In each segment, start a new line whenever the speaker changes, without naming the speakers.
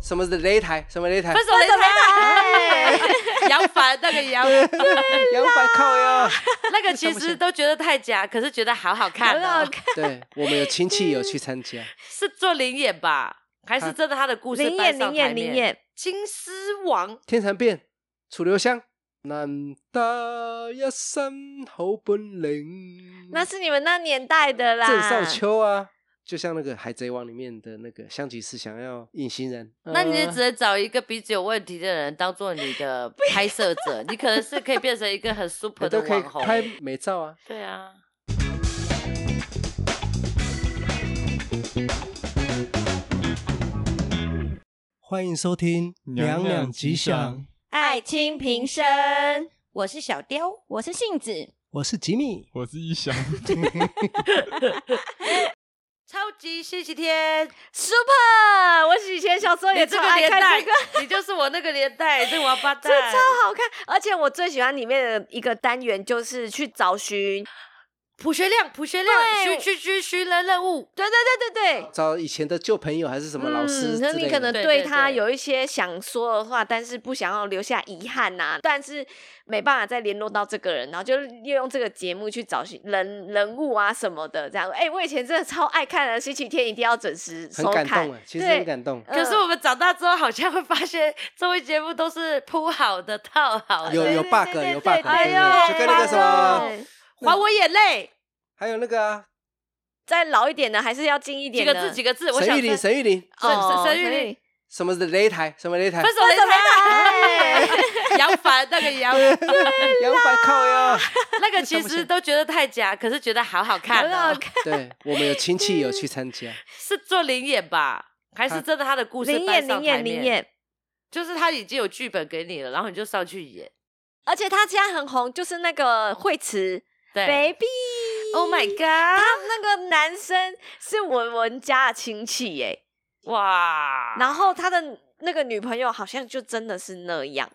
什么的擂台，什么擂台
分，手擂台， 杨凡那个杨，
两百靠呀。
那个其实都觉得太假，可是觉得好好看、
很好
哦，
看。
对我们有亲戚啊有去参 加，
是做灵眼吧？还是真的他的故事
灵
搬
眼，
上
灵
台
眼，
面
灵眼，
金丝王
天蚕变，楚留香。难得一身好本领，
嗯
那是你们那年代的啦。
郑少秋啊，就像那个《海贼王》里面的那个香吉士想要隐形人，
那你就
呃
只
嗯
能找一个鼻子有问题的人当做你的拍摄 者，你可能是可以变成一个很 super
我
的
都可以
网红。
拍美照啊。
对啊，
欢迎收听《
娘娘吉祥》，
爱卿平生，我是小雕，
我是杏子，
我是吉米。
我是一想，
超级星期天，
Super！我以前小时候也
你这
超
个
爱
年
看
代
这个，，
你就是我那个年代，这个王八
这
蛋。
超好看。而且我最喜欢里面的一个单元就是去找寻，
普学亮，普学亮，
对
寻寻寻寻人任务，
对对对对对。
找以前的旧朋友还是什么老师
嗯，
之
那
类
你可能
的，
对
对
对
他
对
有一些想说的话，但是不想要留下遗憾呐、但是没办法再联络到这个人，然后就利用这个节目去找寻人人物啊什么的，这样。哎、我以前真的超爱看的，星期天一定要准时
很
收
感
看
动。啊，其实
对
很感动。
嗯
可是我们长大之后，好像会发现综艺节目都是铺好的、套好
有
的。
有
对对
bug，
对
有 bug，
对对
哎
对对
呦，
就跟那个什么，
对
还我眼泪，
还有那个啊，
再老一点的还是要近一
几
点
个
的。
字几个字，我
沈
想
玉琳，
分
沈玉琳，
沈沈
所
玉琳
以
什么的擂台，什么擂台，
手擂台， 杨凡那个杨，
两百靠呀。
那个其实都觉得太假，可是觉得好好看、
很好
哦，
看。
对我们有亲戚有去参加，
嗯
是做灵眼吧？还是真的他的故事
灵
搬
眼
上
灵
台
眼灵
面？
眼，
就是他已经有剧本给你了，然后你就上去演。
而且他现在很红，就是那个惠慈
对
baby。
，Oh my
他
god！
那个男生是我们家的亲戚耶、
哇，
然后他的那个女朋友好像就真的是那样，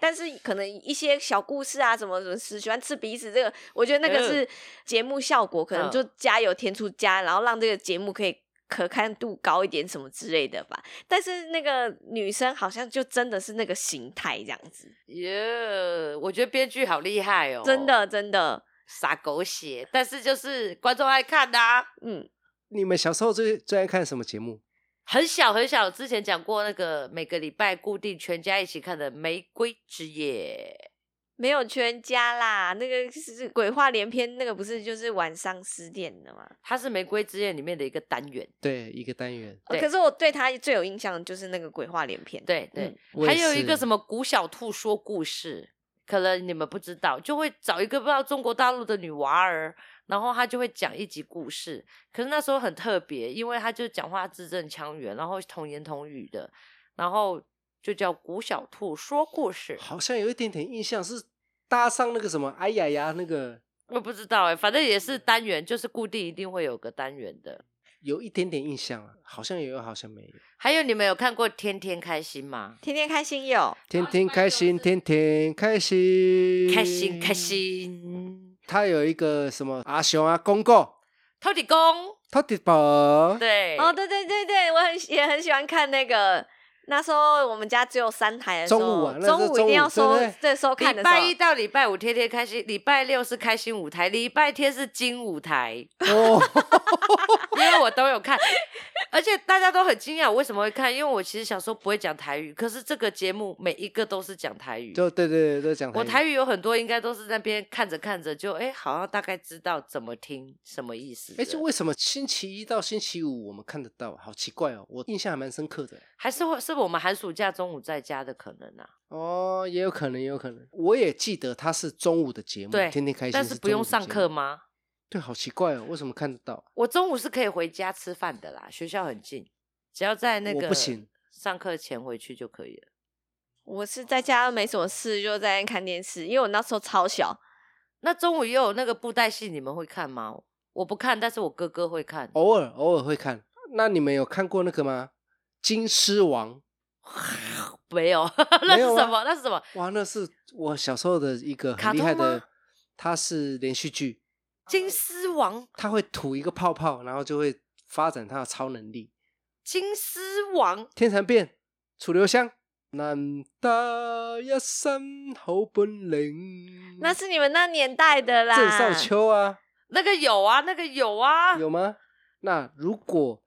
但是可能一些小故事啊，什么什么事，喜欢吃鼻屎这个，我觉得那个
呃
是节目效果，可能
嗯
就加油添醋加，然后让这个节目可以可看度高一点什么之类的吧。但是那个女生好像就真的是那个形态这样子，
耶！我觉得编剧好厉害哦，
真的真的，
撒狗血，但是就是观众爱看的、啊。
嗯，
你们小时候最最爱看什么节目？
很小很小，之前讲过那个每个礼拜固定全家一起看的《玫瑰之夜》。
没有全家啦，那个是鬼话连篇，那个不是就是晚上十点的吗？
它是《玫瑰之夜》里面的一个单元，
对，一个单元，
哦
对
可是我对他最有印象的就是那个鬼话连篇，
对对
嗯，
我
还
也
有一个
是
什么古小兔说故事，可能你们不知道，就会找一个不知道中国大陆的女娃儿，然后她就会讲一集故事。可是那时候很特别，因为她就讲话字正腔圆，然后童言童语的，然后就叫古小兔说故事。
好像有一点点印象是搭上那个什么，哎呀呀，那个
我不知道哎、反正也是
嗯
单元，就是固定一定会有个单元的。
有一点点印象啊，好像也有，好像没有。
还有你们有看过《天天开心》吗？
天天开心有。
天天开心，天天开心，
开心开。心，
他有一个什么阿雄啊，公公，
偷地公，
他的宝，
对，
哦，对对对对，我很也很喜欢看那个。那时候我们家只有三台的时候，
中午啊那是
中午一定要
中午
收
对不对
收看的
礼
时候
拜，一到礼拜五天天开心，礼拜六是开心舞台，礼拜天是金舞台，
哦，
因为我都有看， 而且大家都很惊讶我为什么会看，因为我其实小时候不会讲台语，可是这个节目每一个都是讲台语，
就对对对，都讲
我台
语。
语有很多应该都是那边看着看着就哎、好像大概知道怎么听什么意思了，
哎，这为什么星期一到星期五我们看得到？好奇怪哦，我印象还蛮深刻的。
还是会是我们寒暑假中午在家的可能啊，
哦，也有可能，也有可能。我也记得它是中午的节目，
对
天天开心，
但
是
是不用上课
吗？
吗？
对，好奇怪哦，为什么看得到？
我中午是可以回家吃饭的啦，学校很近，只要在那
我
个
不行
上课前回去就可以了。
我是在家没什么事就在那边看电视，因为我那时候超小，
那中午也有那个布袋戏，你们会看吗？我不看，但是我哥哥会看。
偶尔偶尔会看。那你们有看过那个吗？金狮王，
没有， 那
没有啊
是
吗
什么？那是什么？
哇，那是我小时候的一个
卡
很
通
厉害的
吗，
它是连续剧，
金丝王，
它会吐一个泡泡，然后就会发展它的超能力。
金丝王，
天蚕变，楚留香，难得一身好本领。
那是你们那年代的啦。
郑少秋啊，
那个有啊，那个有啊，
有吗？那如果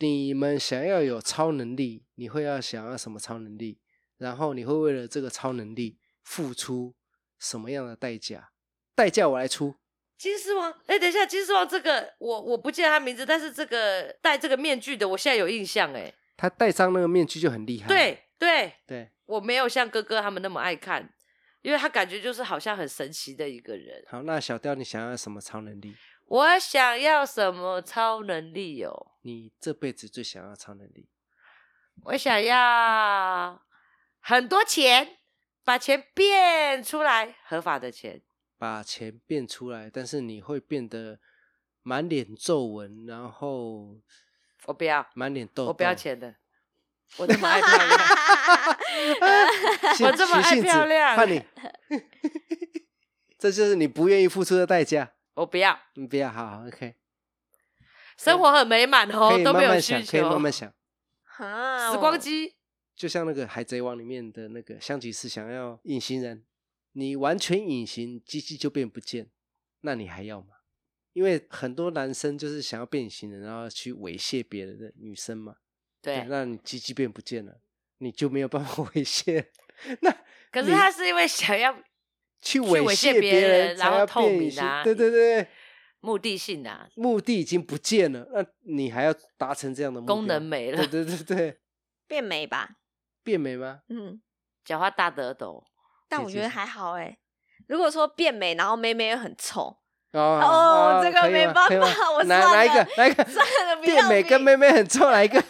你们想要有超能力，你会要想要什么超能力？然后你会为了这个超能力付出什么样的代价？代价我来出。
金丝王。哎、等一下，金丝王这个我我不记得他名字，但是这个戴这个面具的，我现在有印象 哎。
他戴上那个面具就很厉害。
对对，
对，
我没有像哥哥他们那么爱看，因为他感觉就是好像很神奇的一个人。
好，那小雕你想要什么超能力？
我想要什么超能力哦？
你这辈子最想要超能力？
我想要很多钱，把钱变出来，合法的钱。
把钱变出来，但是你会变得满脸皱纹，然后
我不要，
满脸痘痘。啊
我不 要钱的，我这么爱漂亮。
性，
我这么
急
爱
性子
漂亮
换你。 这就是你不愿意付出的代价。
我不 要，
你不要，好好，OK，
生活很美满哦
可，以
都
慢
没有
慢
需
想，可以
求。
慢慢想。
啊，
时光机，
就像那个《海贼王》里面的那个香吉士想要隐形人，你完全隐形，鸡鸡就变不见，那你还要吗？因为很多男生就是想要变隐形人，然后去猥亵别人的女生嘛。
对。
那你鸡鸡变不见了，你就没有办法 猥亵。那
可是
你
他是因为想要
去
猥
猥
亵
亵
别人
人
然
才
后
要
透
变
明
隐形
啊，
对对对，
目的性啊，
目的已经不见了，那你还要达成这样的目
功
标
能没了
对，对对对，
变美吧，
变美吗？
嗯，
讲话大得抖。
但
可以
我
接
觉得
受
还好哎、如果说变美，然后妹妹又很丑，
哦，
哦
啊
这个
可以
没
吗
办
可以吗
法我
哪
算
哪一个
了
哪一个
算了不
变
要
美跟
比
妹妹很臭，哪 一个？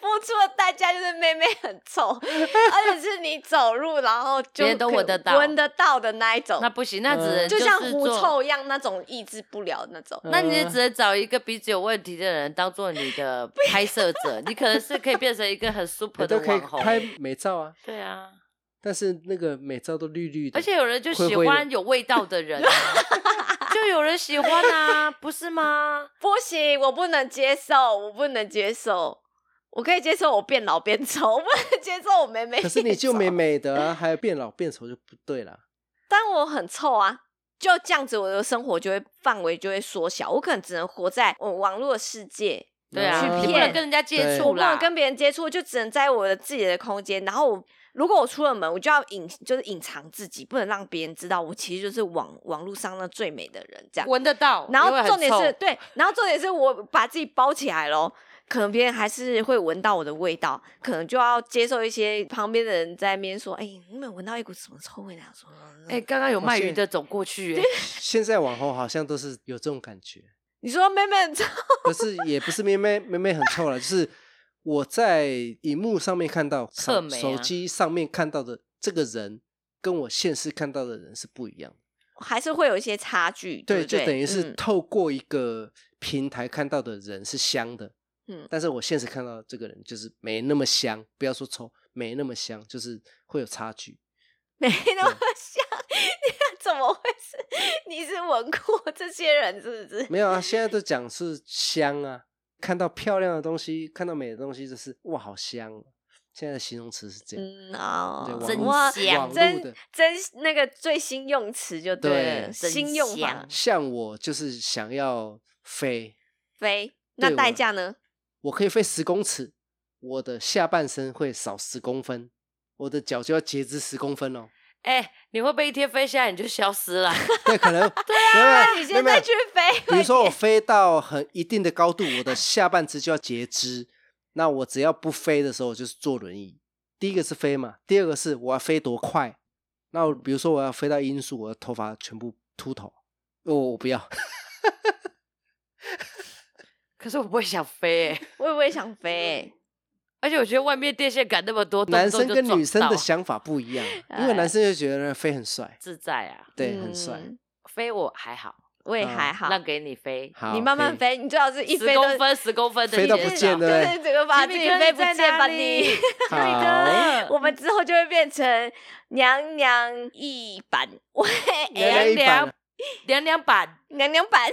付出的代价就是妹妹很丑，而且是你走路然后就
别人都
可以
闻得到
闻得到的那一种，
那不行，那只能
嗯
就像
是
狐
做
臭一样那种抑制不了那种。
那你
嗯
就只能找一个鼻子有问题的人当做你 的拍摄者，你可能是可以变成一个很 super
我
的
都可以
网红。
拍美照啊，
对啊，
但是那个美照都绿绿的，
而且有人就
灰
喜
灰的
欢有味道的人、啊，就有人喜欢啊，不是吗？
不行，我不能接受，我不能接受。我可以接受我变老变丑，我不能接受我美美。
可是你就美
没，
美的啊，还有变老变丑就不对 了。
但我很臭啊。就这样子，我的生活就会范围就会缩小，我可能只能活在我网络的世界，
对啊，
去
你不能
骗
跟人家接
对
我
触
不
啦
能。跟别人接触，就只能在我的自己的空间。然后我如果我出了门，我就要隐，就是隐藏自己，不能让别人知道我其实就是网网络上那最美的人这样。
闻得到，
然
因为
后
很
重点
臭
是对，然后重点是我把自己包起来咯，可能别人还是会闻到我的味道，可能就要接受一些旁边的人在那边说：“哎、你有没有闻到一股什么臭味呢？”我说：“哎、
哎、刚刚有卖
现
鱼的走过去、 哎
现在网红好像都是有这种感觉，
你说妹妹很臭，
可是也不是妹妹妹妹很臭了，就是我在荧幕上面看到手
侧美啊
手机上面看到的这个人，跟我现实看到的人是不一样的。
还是会有一些差距，对
对，
不对，
就等于是
嗯
透过一个平台看到的人是香的，
嗯
但是我现实看到的这个人就是没那么香，不要说臭，没那么香，就是会有差距。
没那么像。你看怎么会是？你是闻过这些人是不是？
没有啊，现在都讲是香啊，看到漂亮的东西，看到美的东西，就是哇，好香、哦。现在的形容词是这样。
嗯哦
对，
真
哇
网络
香
网络
真
的。
真那个最新用词就对了，
对
真
新用法
香
像我就是想要飞，
飞，那
对
代
我
价呢？
我可以飞十公尺，我的下半身会少十公分，我的脚就要截肢十公分哦。
哎、你会不会一天飞下来你就消失了？
对，可 能对
那
啊
你现在去飞，
比如说我飞到很一定的高度，我的下半肢就要截肢。那我只要不飞的时候，我就是坐轮椅。第一个是飞嘛，第二个是我要飞多快。那我比如说我要飞到音速，我的头发全部秃头，我、我不要。
可是我不会想飞、哎
我也会想
嗯
飞、欸。
而且我觉得外面电线杆那么多，动不
男
动
生
就
跟
撞
女生
到
的想法不一样，因
哎
为男生就觉得飞很帅，
自在啊，
对，很帅。
嗯
飞我还好，
我也
嗯
还好。
让给你飞，
好，
你慢慢
可以。
飞，你最好是一
十
飞都
公分十公分的
飞
一
到
直
不见
找
的
对
对
对，整个把自
Jimmy
己
哥
飞
你
不
在
见
哪
吧
里
你。
好，
我们之后就会变成娘娘一版，喂，
娘娘一版
娘
啊
凉凉版，
娘娘版，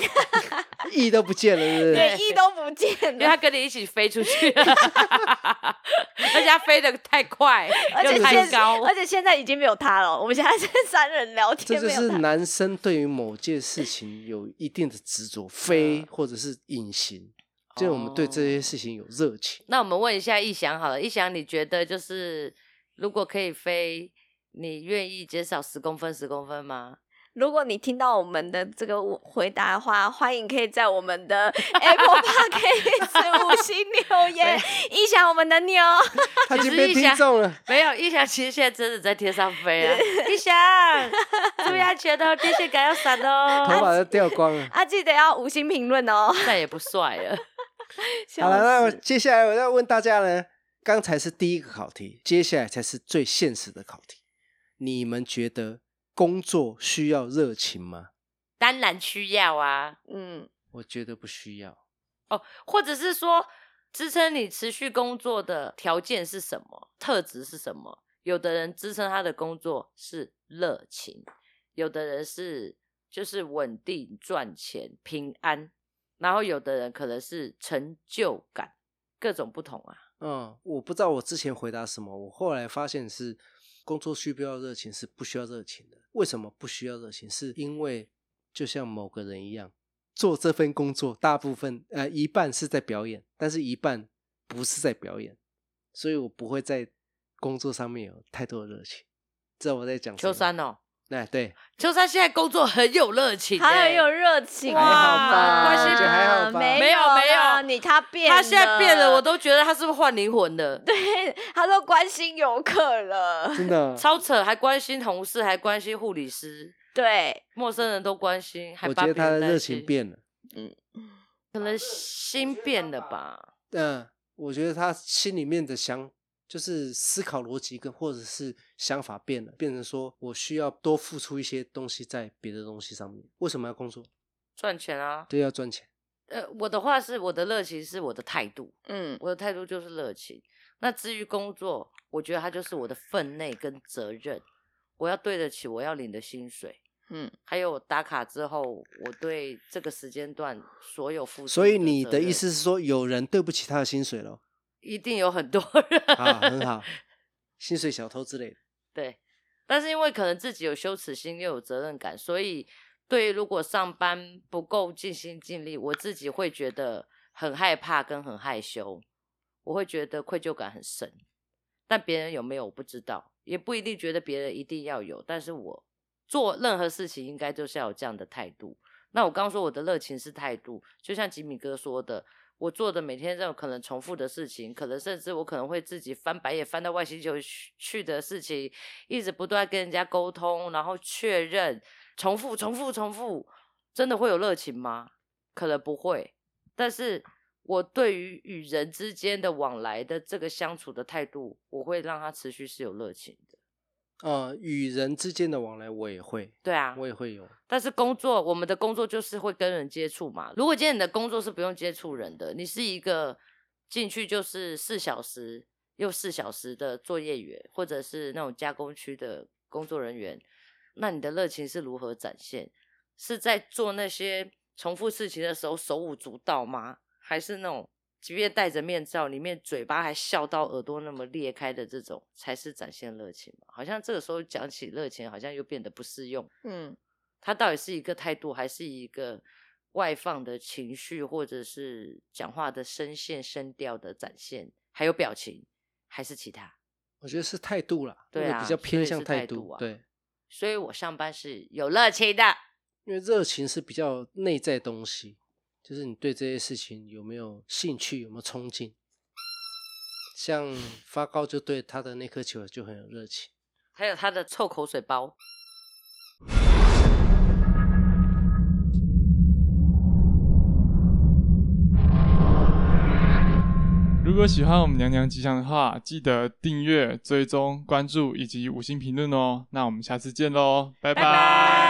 意都不见了，对不对？
连一都不见
因为他
了，
跟你一起飞出 去，而且他飞得太快，
而且
又太
现
高，
而且现在已经没有他了，我们现在是 三人 聊
这
天，
就
没有
是
他。
男生对于某件事情有一定的执着，非
嗯
或者是隐形，就是我们对这
哦
些事情有热情。
那我们问一下逸翔好了，逸翔，你觉得就是如果可以飞，你愿意减少十公分、十公分吗？
如果你听到我们的这个回答的话，欢迎可以在我们的 Apple Podcast 五星留 言，一想我们的妞。
他已
其
经
实
被
一
听
下
中 了，
没有，逸翔其实现在真的在天上飞啊！逸翔，注意安全哦，电线杆要闪
头
哦。
发都掉光 了。
啊，记得要五星评论哦。
再也不帅了，
好了，那
笑
我
死
接下来我要问大家呢，刚才是第一个考题，接下来才是最现实的考题。你们觉得工作需要热情吗？
当然需要啊。
嗯，
我觉得不需要。
哦，或者是说，支撑你持续工作的条件是什么？特质是什么？有的人支撑他的工作是热情，有的人是就是稳定赚钱、平安，然后有的人可能是成就感，各种不同啊。
嗯，我不知道我之前回答什么，我后来发现是工作需不需要热情是不需要热情的。为什么不需要热情？是因为就像某个人一样，做这份工作大部分呃一半是在表演，但是一半不是在表演，所以我不会在工作上面有太多的热情。知道我在讲什
秋
么？
山哦，
哎，对，
秋山现在工作很有热 情、欸，
还有有热情
还好吧关系
系
就
还好吧
没
没有没有
啦你他变了，
他现在变了，我都觉得他是不是换灵魂了？，
对，他都 关心游客了，
真的
超扯，还关心同事，还关心护理师，
对，
陌生人都关心，还
我
把
觉得
别
他的
人
热
担
情
心，
变了。
可能心变了吧。
嗯、我觉得他心里面的想就是思考逻辑跟或者是想法变了，变成说我需要多付出一些东西在别的东西上面。为什么要工作？
赚钱啊，
对，要赚钱。
呃，我的话是我的热情是我的态度，
嗯，
我的态度就是热情。那至于工作，我觉得它就是我的分内跟责任，我要对得起我要领的薪水，
嗯，
还有打卡之后我对这个时间段所有付出。
所以你的意思是说，有人对不起他的薪水咯？
一定有很多 人
啊，很好，薪水小偷之类的。
对，但是因为可能自己有羞耻心又有责任感，所以对于如果上班不够尽心尽力，我自己会觉得很害怕跟很害羞，我会觉得愧疚感很深。但别人有没有我不知道，也不一定觉得别人一定要有，但是我做任何事情应该就是要有这样的态度。那我刚说我的热情是态度，就像吉米哥说的，我做的每天这种可能重复的事情，可能甚至我可能会自己翻白眼翻到外星球去去的事情，一直不断跟人家沟通，然后确认，重复、重复、重复，真的会有热情吗？可能不会，但是我对于与人之间的往来的这个相处的态度，我会让他持续是有热情的。
呃，与人之间的往来我也会，
对啊，
我也会有。
但是工作，我们的工作就是会跟人接触嘛。如果今天你的工作是不用接触人的，你是一个进去就是四小时又四小时的作业员，或者是那种加工区的工作人员，那你的热情是如何展现？是在做那些重复事情的时候手舞足蹈吗？还是那种即便戴着面罩，里面嘴巴还笑到耳朵那么裂开的这种，才是展现热情嘛？好像这个时候讲起热情，好像又变得不适用。
嗯，
他到底是一个态度，还是一个外放的情绪，或者是讲话的声线、声调的展现，还有表情，还是其他？
我觉得是态度啦，
对
我
啊
比较
所
偏
以
向
是态度啊
对，
所以我上班是有热情的，
因为热情是比较内在东西，就是你对这些事情有没有兴趣，有没有冲劲。像发高就对他的那颗球就很有热情。
还有他的臭口水包。
如果喜欢我们娘娘吉祥的话，记得订阅、追踪、关注以及五星评论哦。那我们下次见喽，拜拜